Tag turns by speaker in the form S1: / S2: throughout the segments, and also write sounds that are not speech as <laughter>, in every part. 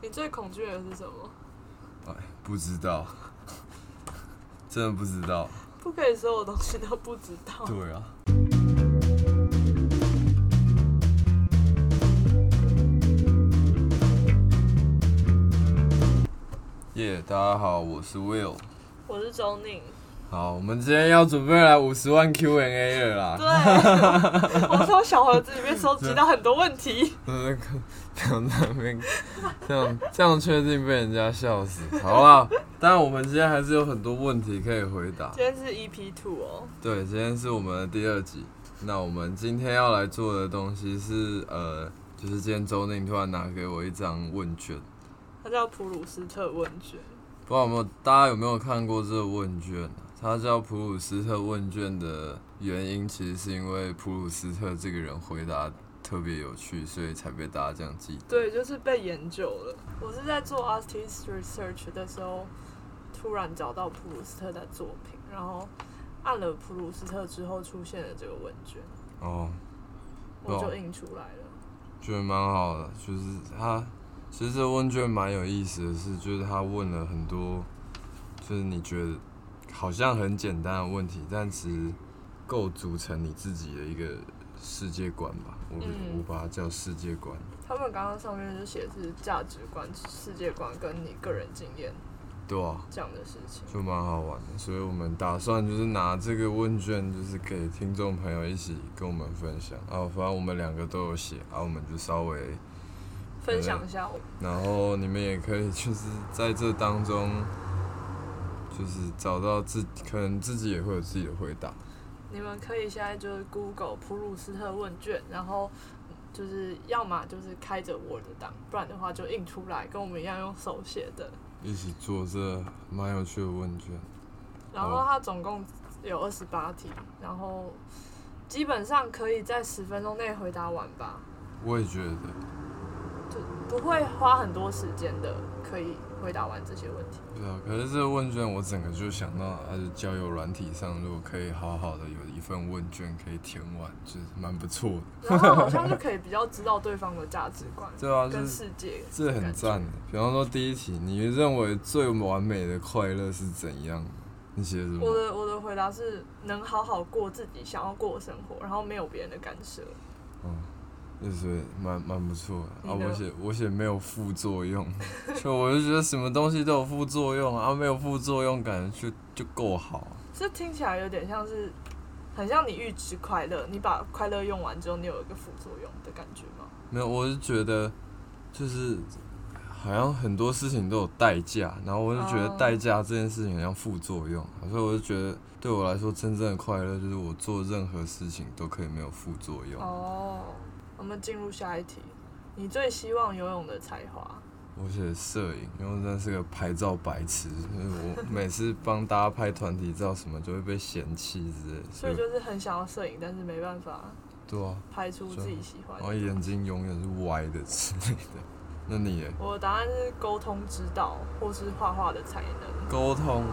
S1: 你最恐惧的是什么？
S2: 哎，不知道， <laughs> 真的不知道。
S1: 不可以所有东西都不知道。
S2: 对啊。耶、大家好，我是 Will。
S1: 我是周宁，
S2: 好，我们今天要准备来五十万 Q&A 了啦。
S1: 对，我我从小盒子里面收集到很多问题。
S2: 那个这样在那边， <laughs> 这样这样确定被人家笑死。好啦，当然我们今天还是有很多问题可以回答。
S1: 今天是 EP two 哦，
S2: 对，今天是我们的第二集。那我们今天要来做的东西是，呃，就是今天周宁突然拿给我一张问卷，
S1: 它叫普鲁斯特问卷。
S2: 不知道有没有大家有没有看过这个问卷、啊？它叫普鲁斯特问卷的原因，其实是因为普鲁斯特这个人回答特别有趣，所以才被大家这样记得。
S1: 对，就是被研究了。我是在做 artist research 的时候，突然找到普鲁斯特的作品，然后按了普鲁斯特之后出现了这个问卷，
S2: 哦，
S1: 我就
S2: 哦
S1: 印出来了。
S2: 觉得蛮好的，就是他其实这问卷蛮有意思的是，就是他问了很多，就是你觉得好像很简单的问题，但其实够组成你自己的一个世界观吧。我、
S1: 嗯
S2: 我把它叫世界观。
S1: 他们刚刚上面就写是价值观、世界观跟你个人经验
S2: 对啊，
S1: 这样的事情。
S2: 就蛮好玩的，所以我们打算就是拿这个问卷，就是给听众朋友一起跟我们分享啊。反正我们两个都有写啊，我们就稍微
S1: 分享一下我
S2: 然后你们也可以就是在这当中，就是找到自可能自己也会有自己的回答。
S1: 你们可以现在就是 Google 普鲁斯特问卷，然后就是要么就是开着 Word 档，不然的话就印出来，跟我们一样用手写的。
S2: 一起做这蛮有趣的问卷，
S1: 然后它总共有二十八题，然后基本上可以在十分钟内回答完吧，
S2: 我也觉得
S1: 就不会花很多时间的，可以回答完这些问题。
S2: 对啊。可是这个问卷我整个就想到，啊，就交友软体上如果可以好好的有一份问卷可以填完，就是蛮不错的。
S1: 然后好像就可以比较知道对方的价值观
S2: 对啊，就
S1: 跟
S2: 是
S1: 世界。
S2: 这很赞的。比方说第一题，你认为最完美的快乐是怎样的？你写什么？
S1: 我的我的回答是能好好过自己想要过的生活，然后没有别人的干涉。
S2: 就是蛮蛮不错的
S1: 嗯
S2: 啊！
S1: 你呢
S2: 我写我写没有副作用， <laughs> 就我就觉得什么东西都有副作用啊，没有副作用感觉就就够好。啊
S1: 这听起来有点像是，很像你预知快乐，你把快乐用完之后，你有一个副作用的感觉吗？
S2: 没有，我是觉得就是好像很多事情都有代价，然后我就觉得
S1: 哦
S2: 代价这件事情很像副作用，啊所以我就觉得对我来说真正的快乐就是我做任何事情都可以没有副作用。
S1: 哦，我们进入下一题，你最希望游泳的才华？
S2: 我写摄影，因为我真的是个拍照白痴，就是
S1: <laughs>
S2: 我每次帮大家拍团体照什么就会被嫌弃之类的，
S1: 所以就是很想要摄影，但是没办法
S2: 对啊，
S1: 拍出自己喜欢
S2: 然后眼
S1: 的。
S2: 睛永远是歪的之类的。那你耶
S1: 我的答案是沟通之道，或是画画的才能，
S2: 沟通，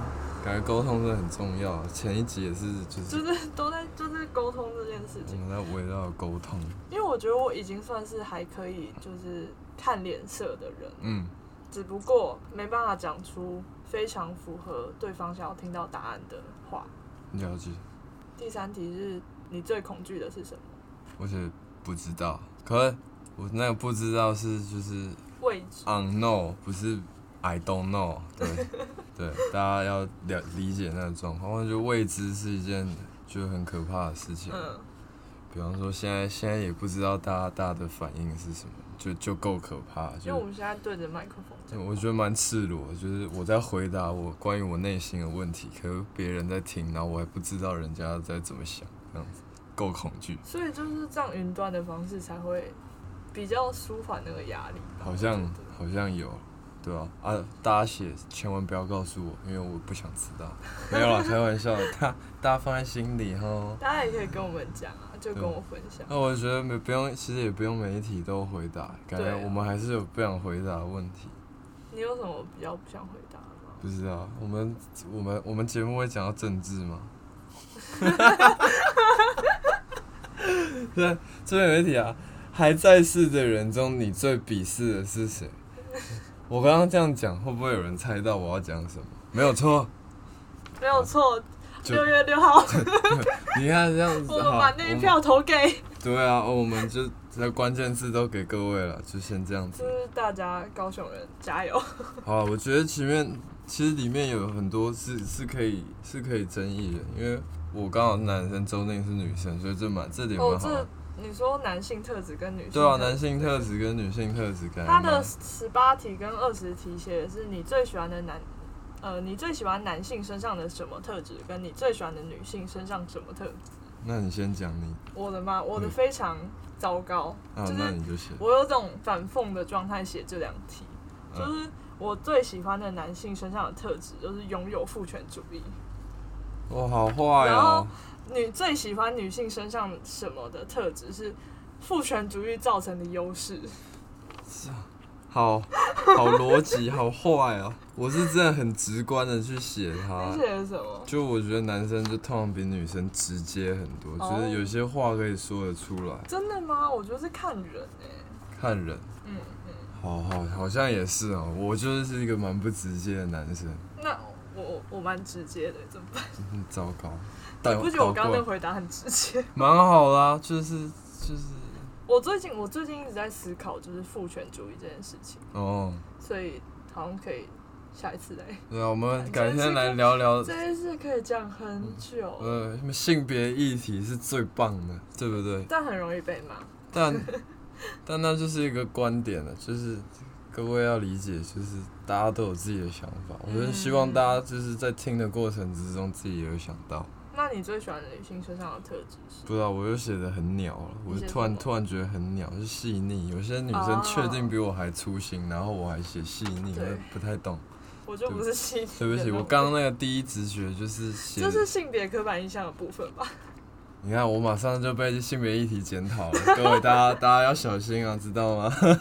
S2: 感觉沟通真的很重要。前一集也是，就
S1: 就是是都在就是沟通这件事
S2: 我
S1: 情。
S2: 们在围绕沟通，
S1: 因为我觉得我已经算是还可以，就是看脸色的人，
S2: 嗯，
S1: 只不过没办法讲出非常符合对方想要听到答案的话。
S2: 了解。
S1: 第三题是你最恐惧的是什么？
S2: 我写不知道，可是我那个不知道是就是
S1: 未知。
S2: unknow，不是 I don't know 对。对，大家要了理解那个状况。我觉得未知是一件就很可怕的事情。
S1: 嗯，
S2: 比方说，现在现在也不知道大家大家的反应是什么，就就够可怕。
S1: 因为我
S2: 就
S1: 们现在对着麦克风
S2: 就
S1: 讲，
S2: 我觉得蛮赤裸的，就是我在回答我关于我内心的问题，可是别人在听，然后我还不知道人家在怎么想，这样子够恐惧。
S1: 所以就是这样云端的方式才会比较舒缓那个压力吧。
S2: 好像
S1: 我觉得
S2: 好像有，对啊啊！大家写千万不要告诉我，因为我不想知
S1: <laughs>
S2: 道。没有啦，开玩笑 <laughs> 的，大大家放在心里哈。
S1: 大家也可以跟我们讲啊，就跟我分享。
S2: 那我觉得没不用，其实也不用每一题都回答，感
S1: 对
S2: 觉
S1: 啊
S2: 我们还是有不想回答的问题。
S1: 你有什么比较不想回答的吗？
S2: 不知道，我们我们我们节目会讲到政治吗？对，这边有一题啊，还在世的人中，你最鄙视的是谁？我刚刚这样讲，会不会有人猜到我要讲什么？没有错，
S1: 没有错，
S2: 就
S1: 六月六号，
S2: 你看这样子，
S1: 我们
S2: 好
S1: 把那一票投给，
S2: 我们对啊，我们就这关键字都给各位了，就先这样子
S1: 就。是大家高雄人加油。
S2: 好啊，我觉得前面其实里面有很多是是可以是可以争议的，因为我刚好是男生，周内是女生，所以这蛮这点
S1: 哦
S2: 蛮，好
S1: 这
S2: 的。
S1: 你说男性特质跟女性
S2: 对啊，
S1: 特质
S2: 男性特质跟女性特质感觉
S1: 他
S2: 蛮，
S1: 的十八题跟二十题写的是你最喜欢的男，呃，你最喜欢男性身上的什么特质，跟你最喜欢的女性身上什么特质。
S2: 那你先讲你
S1: 我的妈，我的
S2: 嗯
S1: 非常糟糕，
S2: 啊
S1: 就，
S2: 那
S1: 是
S2: 你就写。
S1: 我有种反讽的状态写这两题，就
S2: 嗯
S1: 是我最喜欢的男性身上的特质就是拥有父权主义，
S2: 哇，好坏
S1: 然后
S2: 哦！
S1: 女最喜欢女性身上什么的特质是父权主义造成的优势。
S2: 好好逻辑，好坏啊！我是真的很直观的去写它
S1: 你。写的什么？
S2: 就我觉得男生就通常比女生直接很多，
S1: 哦
S2: 就是有些话可以说得出来，
S1: 真的吗？我觉得是看人哎、
S2: 看人。
S1: 嗯嗯。
S2: 好好，好像也是哦。我就是一个蛮不直接的男生，
S1: 那我我我蛮直接的，怎么办？
S2: 嗯糟糕。但
S1: 不觉得我刚刚那回答很直接？ <laughs>
S2: 蛮好啦，就是就是
S1: 我最近我最近一直在思考，就是父权主义这件事情，
S2: 哦，
S1: 所以好像可以下一次来。
S2: 对啊，我们
S1: 反正
S2: 改
S1: 这个
S2: 天来聊聊
S1: 这，件事可以讲很久，
S2: 呃，什么性别议题是最棒的，对不对？
S1: 但很容易被骂。
S2: 但
S1: <laughs>
S2: 但那就是一个观点了，就是各位要理解，就是大家都有自己的想法。我是希望
S1: 嗯
S2: 大家就是在听的过程之中，自己也有想到。
S1: 那你最喜欢的女性身上的特质是？
S2: 不知道，我又写的很鸟了，我
S1: 你写
S2: 突然
S1: 什么
S2: 突然觉得很鸟，是细腻。有些女生
S1: 哦
S2: 确定比我还粗心，然后我还写细腻，
S1: 对
S2: 我不太懂。
S1: 我就不是性，
S2: 对 <laughs> 不起，我刚刚那个第一直觉就是写
S1: 这，是性别刻板印象的部分吧？
S2: 你看我马上就被性别议题检讨
S1: <laughs>
S2: 了，各位大家大家要小心啊，知道吗？ <laughs>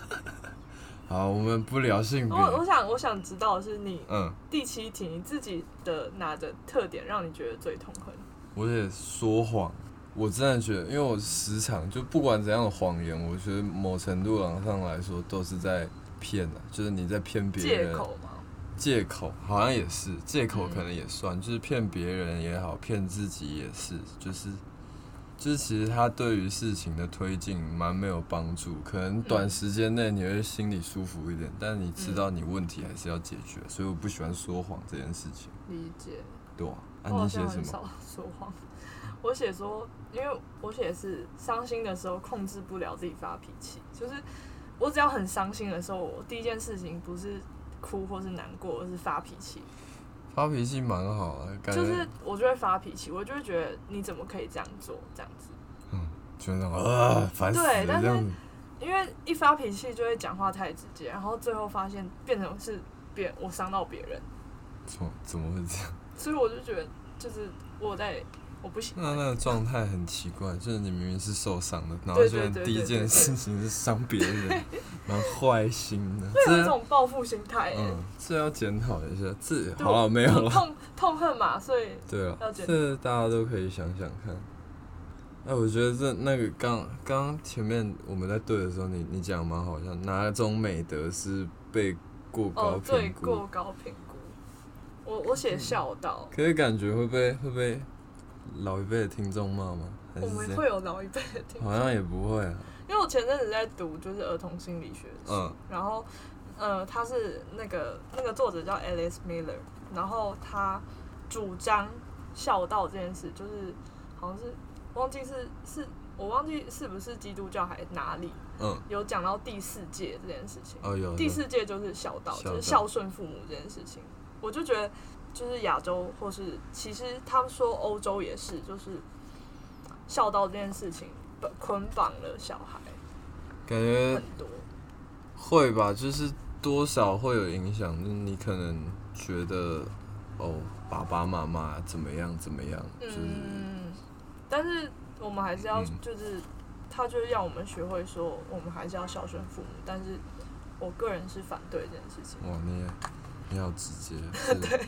S2: 好，我们不聊性
S1: 我
S2: 别，
S1: 我想我想知道的是你
S2: 嗯。
S1: 第七题你自己的哪的特点让你觉得最痛恨？
S2: 我也说谎，我真的觉得，因为我时常就不管怎样的谎言，我觉得某程度上来说都是在骗的、就是你在骗别人。
S1: 借口吗？
S2: 借口好像也是，借口
S1: 嗯
S2: 可能也算，就是骗别人也好，骗自己也是，就是就是其实他对于事情的推进蛮没有帮助，可能
S1: 嗯
S2: 短时间内你会心里舒服一点，但你知道你问题还是要解决，所以我不喜欢说谎这件事情，
S1: 理解。
S2: 对吧、啊？
S1: 我好
S2: 你写
S1: 像
S2: 什
S1: 哦很
S2: 么？
S1: 少 <laughs> 说谎，我写说，因为我写是伤心的时候控制不了自己发脾气，就是我只要很伤心的时候，我第一件事情不是哭或是难过，而是发脾气，
S2: 发脾气蛮好的，感觉
S1: 就是我就会发脾气，我就会觉得你怎么可以这样做这样子，
S2: 就那种啊，烦死了
S1: 对但是
S2: 这样子。
S1: 因为一发脾气就会讲话太直接，然后最后发现变成是别我伤到别人，
S2: 怎么怎么会这样？
S1: 所以我就觉得就是我在我不喜欢
S2: 那那个状态很奇怪，就是你明明是受伤的，然后
S1: 对
S2: 居然
S1: 对对
S2: 第一
S1: 对
S2: 件
S1: 对
S2: 事情是伤
S1: <laughs>
S2: 别人，蛮坏心的。
S1: 会有
S2: 这
S1: 一种报复心态、欸，
S2: 嗯，这要检讨一下，这
S1: 对
S2: 好了没有了。
S1: 痛痛恨嘛，所以
S2: 对了
S1: 要，检讨
S2: 这大家都可以想想看。哎，我觉得这那个刚刚前面我们在对的时候，你你讲得蛮好笑，哪种美德是被过高
S1: 哦，对，
S2: 评估？
S1: 过高评估。我我写孝道，
S2: 可是感觉会被会被老一辈的听众骂吗？还
S1: 我
S2: 嗯是
S1: 们
S2: 这
S1: 会
S2: 样？
S1: 有老一辈的听，
S2: 好像也不会啊。
S1: 因为我前阵子在读就是儿童心理学的书，
S2: 嗯
S1: 然后呃，他是那个那个作者叫 Alice Miller，然后他主张孝道这件事，就是好像是忘记是是我忘记是不是基督教还是哪里
S2: 嗯，
S1: 有讲到第四戒这件事情。
S2: 哦有。
S1: 第
S2: 有
S1: 四届就是孝道，
S2: 孝道
S1: 就是孝顺父母这件事情，我就觉得就是亚洲或是其实他们说欧洲也是，就是孝道这件事情绑捆绑了小孩
S2: 感觉
S1: 很多。
S2: 会吧，就是多少会有影响。就是你可能觉得哦，爸爸妈妈怎么样怎么样，就是、
S1: 嗯，但是我们还是要
S2: 嗯
S1: 就是他就是要我们学会说我们还是要孝顺父母，但是我个人是反对这件事情。
S2: 哇，你也你好直接。啊对。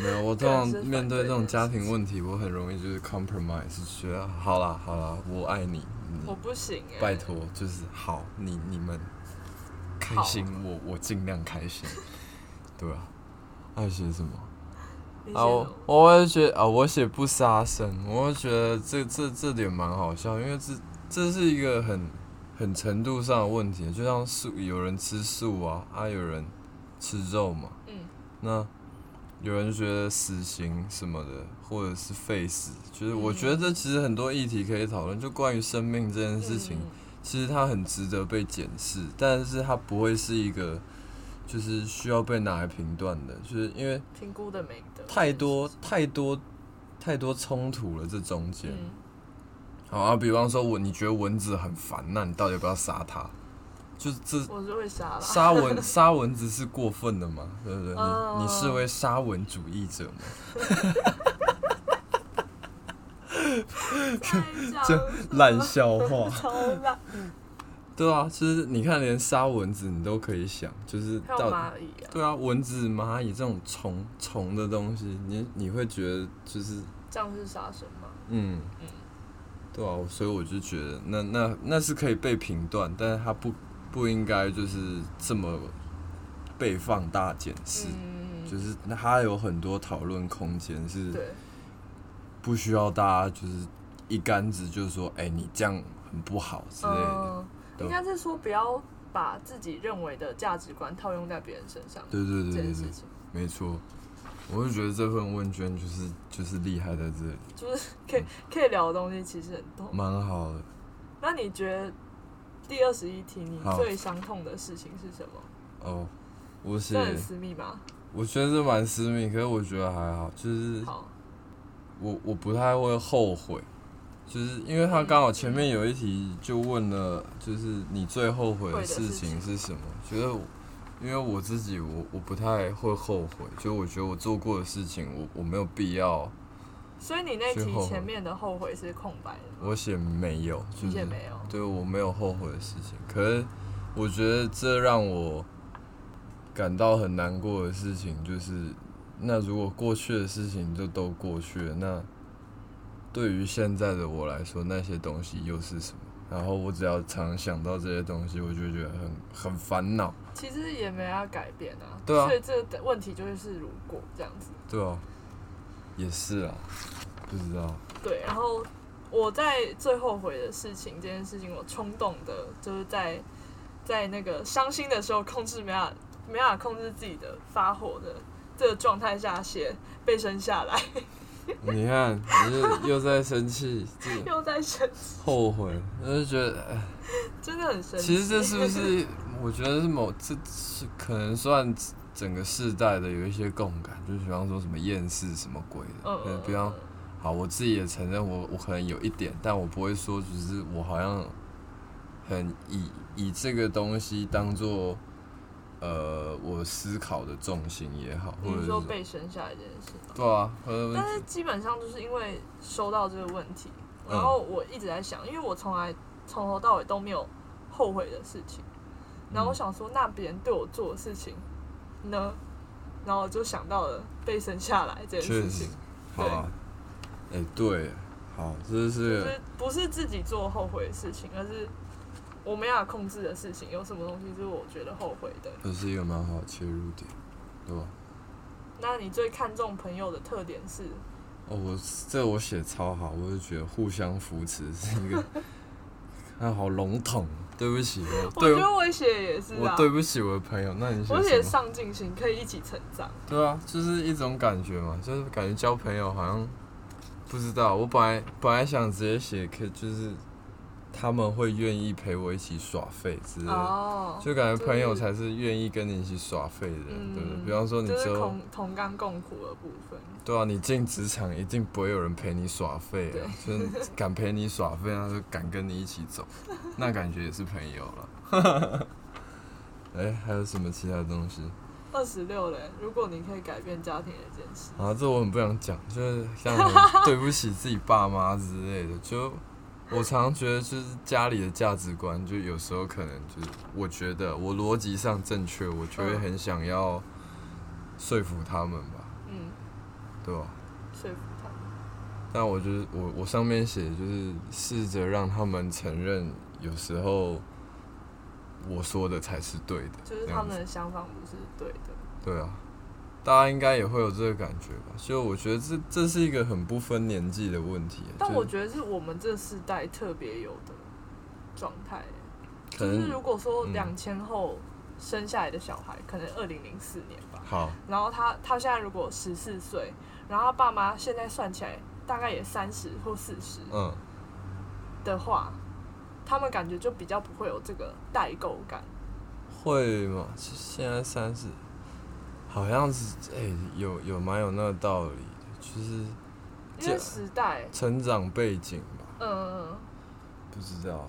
S2: 没有，我通常
S1: 个人是反
S2: 面对
S1: 对
S2: 这种
S1: 的
S2: 家庭问题，我很容易就是 compromise，就是觉得好啦好啦，我爱你，你
S1: 我不行哎、
S2: 拜托，就是好，你你们开心，我我尽量开心，对啊。还写什么？
S1: 你写
S2: 啊，我
S1: 的
S2: 我会觉得啊，我写不杀生，我会觉得这这这点蛮好笑，因为这这是一个很很程度上的问题，就像素有人吃素啊，啊有人吃肉嘛，
S1: 嗯，
S2: 那有人觉得死刑什么的，或者是废死，就是我
S1: 嗯
S2: 觉得这其实很多议题可以讨论，就关于生命这件事情，
S1: 嗯
S2: 其实它很值得被检视，但是它不会是一个就是需要被拿来评断的，就是因为。
S1: 评估的美德
S2: 太多太多太多冲突了，这中间。
S1: 嗯
S2: 好啊，比方说我你觉得蚊子很烦，那你到底要不要杀它？就是这
S1: 我就会杀了。
S2: <laughs> 杀蚊杀蚊子是过分的嘛，对不对？
S1: 嗯
S2: 你你视为杀蚊主义者吗？
S1: 这。
S2: 烂笑话
S1: <laughs> 超烂，
S2: 对啊，其实你看，连杀蚊子你都可以想，就是
S1: 还有
S2: 到底
S1: 蚂蚁啊，
S2: 对啊，蚊子、蚂蚁这种虫虫的东西，你你会觉得就是
S1: 这样是杀生吗？
S2: 嗯，对啊，所以我就觉得那那那是可以被评断，但是它不不应该就是这么被放大检视，
S1: 嗯，
S2: 就是那它有很多讨论空间，是
S1: 对，
S2: 不需要大家就是一竿子就说，哎、你这样很不好之类的。
S1: 嗯，
S2: 对
S1: 应该是说不要把自己认为的价值观套用在别人身上
S2: 对对
S1: 这
S2: 对对
S1: 件
S2: 对
S1: 事，情，
S2: 没错。我就觉得这份问卷就是就是厉害在这里，嗯
S1: 就是可以可以聊的东西其实很多。
S2: 蛮好的。
S1: 那你觉得第二十一题你
S2: 好
S1: 最伤痛的事情是什么？
S2: 哦，我
S1: 这
S2: 写
S1: 很私密吗？
S2: 我觉得这蛮私密，可是我觉得还好，就是
S1: 好，
S2: 我我不太会后悔，就是因为他刚好前面有一题就问了，就是你最后悔的事情是什么？觉得我因为我自己我我不太会后悔，就我觉得我做过的事情我我没有必要，
S1: 所以你那
S2: 最
S1: 题
S2: 后悔
S1: 前面的后悔是空白的吗，
S2: 我写没有，就
S1: 你
S2: 是
S1: 也没有。
S2: 对我没有后悔的事情。可是我觉得这让我感到很难过的事情就是，那如果过去的事情就都过去了，那对于现在的我来说，那些东西又是什么？然后我只要常想到这些东西，我就觉得很很烦恼，
S1: 其实也没要改变啊，
S2: 对啊
S1: 所以这个问题就是如果这样子，<laughs>
S2: 对啊，也是啊，不知道，
S1: 对。然后我在最后悔的事情这件事情，我冲动的就是在在那个伤心的时候控制没法没法控制自己的发火的这个状态下写被生下来， <laughs>
S2: 你看，你又又在生气，这
S1: 又在生，
S2: 后悔，我就觉得，哎
S1: 真的很生气。
S2: 其实这是不是？我觉得是某这是可能算整个世代的有一些共感，就是比方说什么厌世什么鬼的，
S1: 嗯，
S2: 呃比方好，我自己也承认我我可能有一点，但我不会说就是我好像很以以这个东西当做呃我思考的重心也好，
S1: 嗯
S2: 或
S1: 你
S2: 者
S1: 是
S2: 是
S1: 说
S2: 说
S1: 被生下来这件事吗？
S2: 对啊，或者
S1: 但是基本上就是因为收到这个问题，
S2: 嗯
S1: 然后我一直在想，因为我从来从头到尾都没有后悔的事情，然后
S2: 嗯
S1: 我想说，那别人对我做的事情呢？然后我就想到了被生下来这件
S2: 确
S1: 事
S2: 实
S1: 情，，
S2: 好啊，哎、对，好，这
S1: 就是
S2: 个
S1: 是不是自己做后悔的事情，而是我没法控制的事情，有什么东西是我觉得后悔的？
S2: 这是一个蛮好的切入点，对吧？
S1: 那你最看重朋友的特点是？
S2: 哦，我这我写超好，我就觉得互相扶持是一个，啊，好笼统，对不起，我
S1: 我
S2: 对
S1: 觉得我写也是
S2: 我
S1: 啊，
S2: 对不起我的朋友，那你
S1: 我写
S2: 写什么？
S1: 上进心可以一起成长。
S2: 对啊，就是一种感觉嘛，就是感觉交朋友好像不知道，我本来本来想直接写，可就是他们会愿意陪我一起耍废之类的。
S1: 哦，
S2: 就感觉朋友
S1: 就是
S2: 才是愿意跟你一起耍废的人，对不对？
S1: 嗯
S2: 比方说你
S1: 就是
S2: 之后
S1: 同同甘共苦的部分。
S2: 对啊，你进职场一定不会有人陪你耍废啊，就是敢陪你耍废，他就敢跟你一起走，那感觉也是朋友了。 <laughs> 哎、还有什么其他东西？
S1: 二十六嘞，如果你可以改变家庭的一件事，
S2: 啊，这我很不想讲，就是像我对不起自己爸妈之类的，就我常常觉得就是家里的价值观，就有时候可能就是我觉得我逻辑上正确，我就会
S1: 嗯
S2: 很想要说服他们吧，
S1: 嗯，
S2: 对吧、
S1: 说服他们。
S2: 但我就是我我上面写的就是试着让他们承认，有时候我说的才是对的，
S1: 就是
S2: 这
S1: 他
S2: 样
S1: 们
S2: 子
S1: 的想法不是对的。
S2: 对啊，大家应该也会有这个感觉吧？所以我觉得这这是一个很不分年纪的问题，啊
S1: 但我
S2: 就
S1: 觉得是我们这世代特别有的状态。
S2: 可
S1: 就是
S2: 能
S1: 如果说
S2: 嗯
S1: 两千后生下来的小孩，可能二零零四年吧，
S2: 好，
S1: 然后他他现在如果十四岁，然后他爸妈现在算起来大概也三十或四十
S2: 嗯，
S1: 的话，他们感觉就比较不会有这个代沟感。
S2: 会吗？其实现在三十，好像是哎、有有蛮有那个道理的，就是
S1: 因为
S2: 这
S1: 时代，
S2: 成长背景吧。
S1: 嗯嗯，
S2: 不知道啊，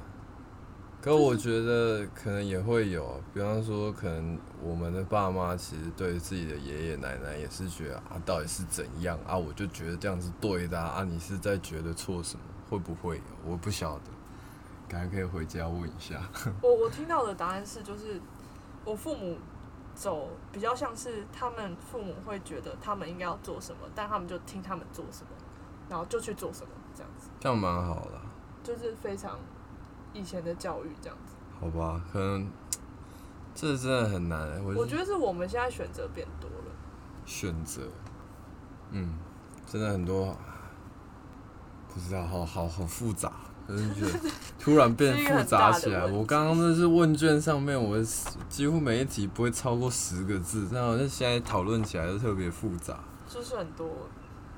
S2: 可我觉得可能也会有啊，比方说，可能我们的爸妈其实对自己的爷爷奶奶也是觉得啊，到底是怎样啊？我就觉得这样是对的啊，啊你是在觉得错什么？会不会有？我不晓得，感觉可以回家问一下。 <laughs>
S1: 嗯我我听到的答案是，就是我父母走比较像是他们父母会觉得他们应该要做什么，但他们就听他们做什么，然后就去做什么，这样子
S2: 这样蛮好的啊，
S1: 就是非常以前的教育这样子。
S2: 好吧？可能这真的很难欸，
S1: 我
S2: 我
S1: 觉得是我们现在选择变多了，
S2: 选择，嗯，真的很多，不知道，好好好复杂，真的觉得突然变
S1: 是一个
S2: 复
S1: 很
S2: 杂
S1: 大的
S2: 起来。
S1: 问题
S2: 我刚刚那是问卷上面，我几乎每一题不会超过十个字，但好像现在讨论起来就特别复杂。
S1: 就是很多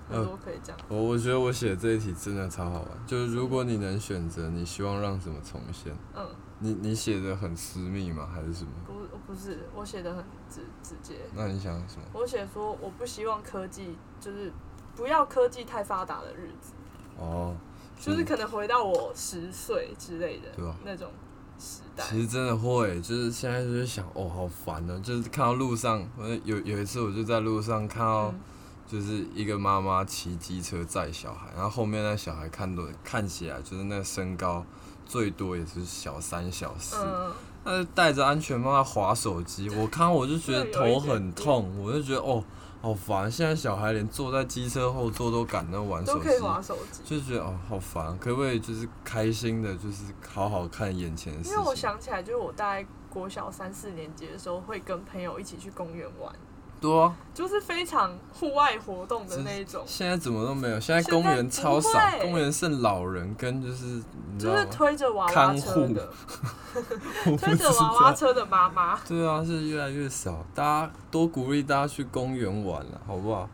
S1: 嗯很多可以讲。
S2: 我我觉得我写这一题真的超好玩，就是如果你能选择，你希望让什么重现？
S1: 嗯，
S2: 你你写的很私密吗？还是什么？
S1: 不，我不是，我写的很直直接。
S2: 那你想什么？
S1: 我写说我不希望科技就是不要科技太发达的日子，
S2: 哦，
S1: 就是可能回到我十岁之类的
S2: 对啊
S1: 那种时代。
S2: 其实啊真的会，就是现在就是想，哦，好烦哦、就是看到路上，我有有一次我就在路上看到，
S1: 嗯
S2: 就是一个妈妈骑机车载小孩，然后后面那小孩看多看起来就是那身高最多也是小三小四，
S1: 嗯，
S2: 那就戴着安全帽在划手机，我看我就觉得头很痛，我就觉得哦，好烦，现在小孩连坐在机车后座都敢那玩
S1: 都
S2: 手机
S1: 可以，划手机。
S2: 就觉得哦好烦，可不可以就是开心的，就是好好看眼前的事
S1: 因
S2: 情？
S1: 为我想起来，就是我大概国小三四年级的时候，会跟朋友一起去公园玩，
S2: 对啊。
S1: 就是非常户外活动的那一种，
S2: 现在怎么都没有，现在
S1: 现在
S2: 公园超少
S1: 不，会
S2: 公园剩老人跟就是你知
S1: 就
S2: 道
S1: 是
S2: <laughs> 吗？
S1: 推着娃娃车的，
S2: 我不
S1: 推
S2: 知
S1: 着娃娃
S2: 道。
S1: 车的妈妈。
S2: 对啊， <laughs> 是越来越少，大家多鼓励大家去公园玩了，好
S1: <laughs>
S2: 不好？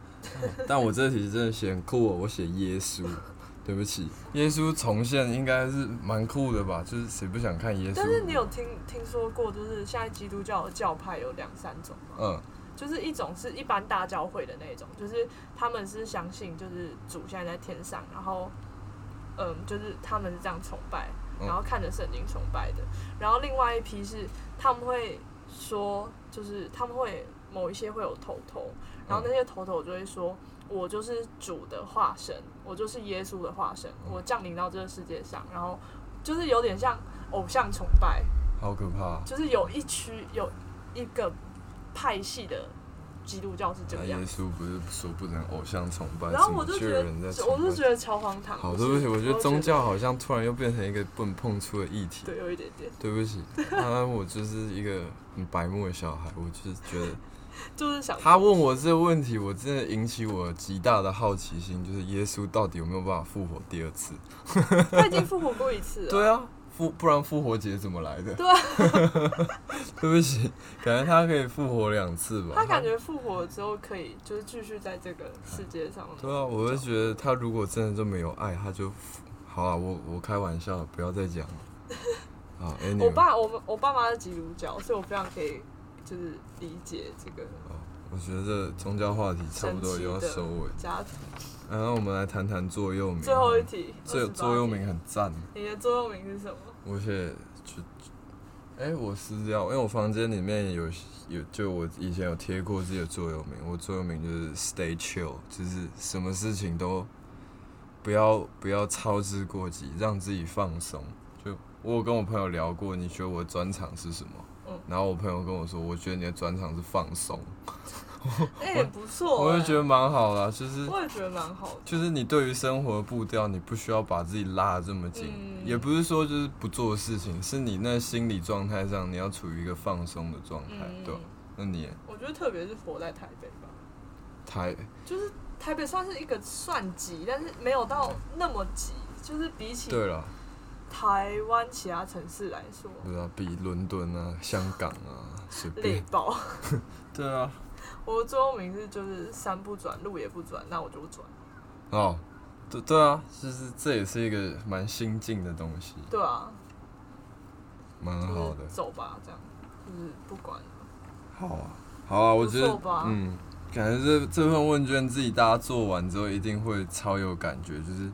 S2: 但我这题真的写很酷、哦，我写耶稣，对不起，耶稣重现应该是蛮酷的吧？就是谁不想看耶稣？
S1: 但是你有听听说过，就是现在基督教的教派有两三种吗？
S2: 嗯
S1: 就是一种是一般大教会的那种，就是他们是相信就是主现在在天上，然后嗯，就是他们是这样崇拜，
S2: 嗯
S1: 然后看着圣经崇拜的。然后另外一批是他们会说，就是他们会某一些会有头头，然后那些头头就会说。我就是主的化身，我就是耶稣的化身，
S2: 嗯
S1: 我降临到这个世界上，然后就是有点像偶像崇拜，
S2: 好可怕，
S1: 就是有一区有一个派系的基督教是这
S2: 那
S1: 个
S2: 哎耶
S1: 样子。
S2: 稣不是说不能偶像崇拜，
S1: 然后
S2: 怎么
S1: 我就
S2: 却
S1: 觉
S2: 有
S1: 得
S2: 人在，崇
S1: 我
S2: 拜
S1: 就觉得超荒唐。
S2: 好，
S1: 就
S2: 对
S1: 是
S2: 不起，我觉得
S1: 就
S2: 宗教好像突然又变成一个不能碰触的议题。
S1: 对有一点点，
S2: 对不起，啊，我就是一个很白目的小孩，我就是觉得
S1: 就是想
S2: 他问我这个问题，我真的引起我极大的好奇心，就是耶稣到底有没有办法复活第二次？
S1: 他已经复活过一次了。
S2: <laughs> 对啊，复不然复活节怎么来的？
S1: 对啊
S2: <laughs> 对不起，感觉他可以复活两次吧？
S1: 他感觉复活之后可以就是继续在这个世界上。
S2: 对啊，我就觉得他如果真的就没有爱，他就好啊，我我开玩笑，不要再讲
S1: <laughs>
S2: 了。啊，anyway，
S1: 我爸我们我爸妈是基督教，所以我非常可以就是理解这个
S2: 我觉得这宗教话题差不多又要
S1: 神奇的
S2: 收尾。
S1: 家庭。
S2: 然后我们来谈谈座右铭。
S1: 最后一，题，
S2: 这
S1: 28
S2: 座右
S1: 题
S2: 铭，很赞。
S1: 你的座右铭是什么？
S2: 我写就，哎、我撕掉，因为我房间里面有有，就我以前有贴过自己的座右铭。我座右铭就是 “Stay chill”，就是什么事情都不要不要操之过急，让自己放松。就我有跟我朋友聊过，你觉得我的专长是什么？
S1: 嗯
S2: 然后我朋友跟我说，我觉得你的专长是放松。
S1: 那也不错、
S2: 我就
S1: 欸
S2: 觉得蛮好啦，就是
S1: 我也觉得蛮好的。
S2: 就是你对于生活的步调，你不需要把自己拉得这么紧，
S1: 嗯
S2: 也不是说就是不做事情，是你那心理状态上你要处于一个放松的状态，
S1: 嗯，
S2: 哎对吧啊那你也
S1: 我觉得特别是活在台北吧，
S2: 太
S1: 就是台北算是一个算急，但是没有到那么急，就是比起
S2: 对了，
S1: 台湾其他城市来说，
S2: 不知道比伦敦啊、香港啊随
S1: 累
S2: 便，
S1: 爆。
S2: 对啊，
S1: 我的座右铭是就是山不转路也不转，那我就转。
S2: 哦，对对啊，就是这也是一个蛮新进的东西，
S1: 对啊，
S2: 蛮
S1: 就
S2: 好的
S1: 是，走吧，这样就是不管了。
S2: 好啊，好啊，我觉得
S1: 不错吧
S2: 嗯。感觉这这份问卷自己大家做完之后，一定会超有感觉，就是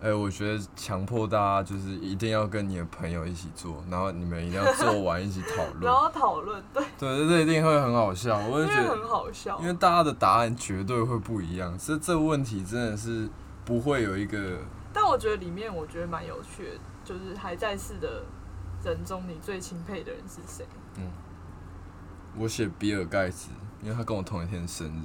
S2: 哎、我觉得强迫大家就是一定要跟你的朋友一起做，然后你们一定要做完一起讨
S1: <laughs> 然
S2: 论。
S1: 后讨论，对，
S2: 对，这一定会很好笑。我
S1: 因
S2: 就觉
S1: 为
S2: 得，
S1: 很好笑
S2: 因。为大家的答案绝对会不一样，这这问题真的是不会有一个
S1: 但我觉得里面我觉得蛮有趣的，就是还在世的人中，你最钦佩的人是谁？
S2: 我写比尔盖茨，因为他跟我同一天生日，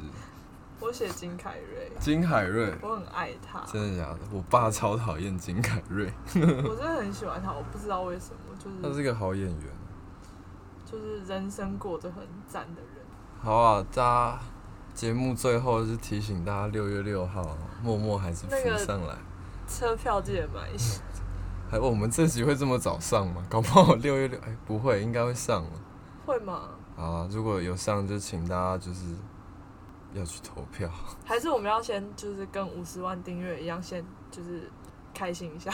S1: 我写金凯瑞，
S2: 金凯瑞。
S1: 我很爱他，
S2: 真的假的？我爸超讨厌金凯瑞，
S1: 我真的很喜欢他，我不知道为什么，就
S2: 他
S1: 是
S2: 是个好演员。
S1: 就是人生过得很赞的人。
S2: 好啊，大家节目最后是提醒大家六月六号，默默还是
S1: 那个
S2: 浮上来。
S1: 车票记得买一下，
S2: 嗯还我们这集会这么早上吗？搞不好六月六哎不会，应该会上了。
S1: 会吗？
S2: 好啊，如果有上就请大家就是要去投票。
S1: 还是我们要先就是跟五十万订阅一样，先就是开心一下，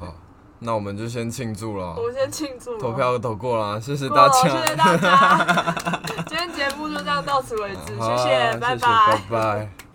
S2: 好，那我们就先庆祝了
S1: 我，们先庆祝
S2: 哦投票投过了，啊谢谢
S1: 谢
S2: 大家， <laughs>
S1: 哦谢谢大家。今天节目就这样到此为止，
S2: 好
S1: 谢
S2: 啊
S1: 谢，
S2: 谢
S1: 拜
S2: 拜拜。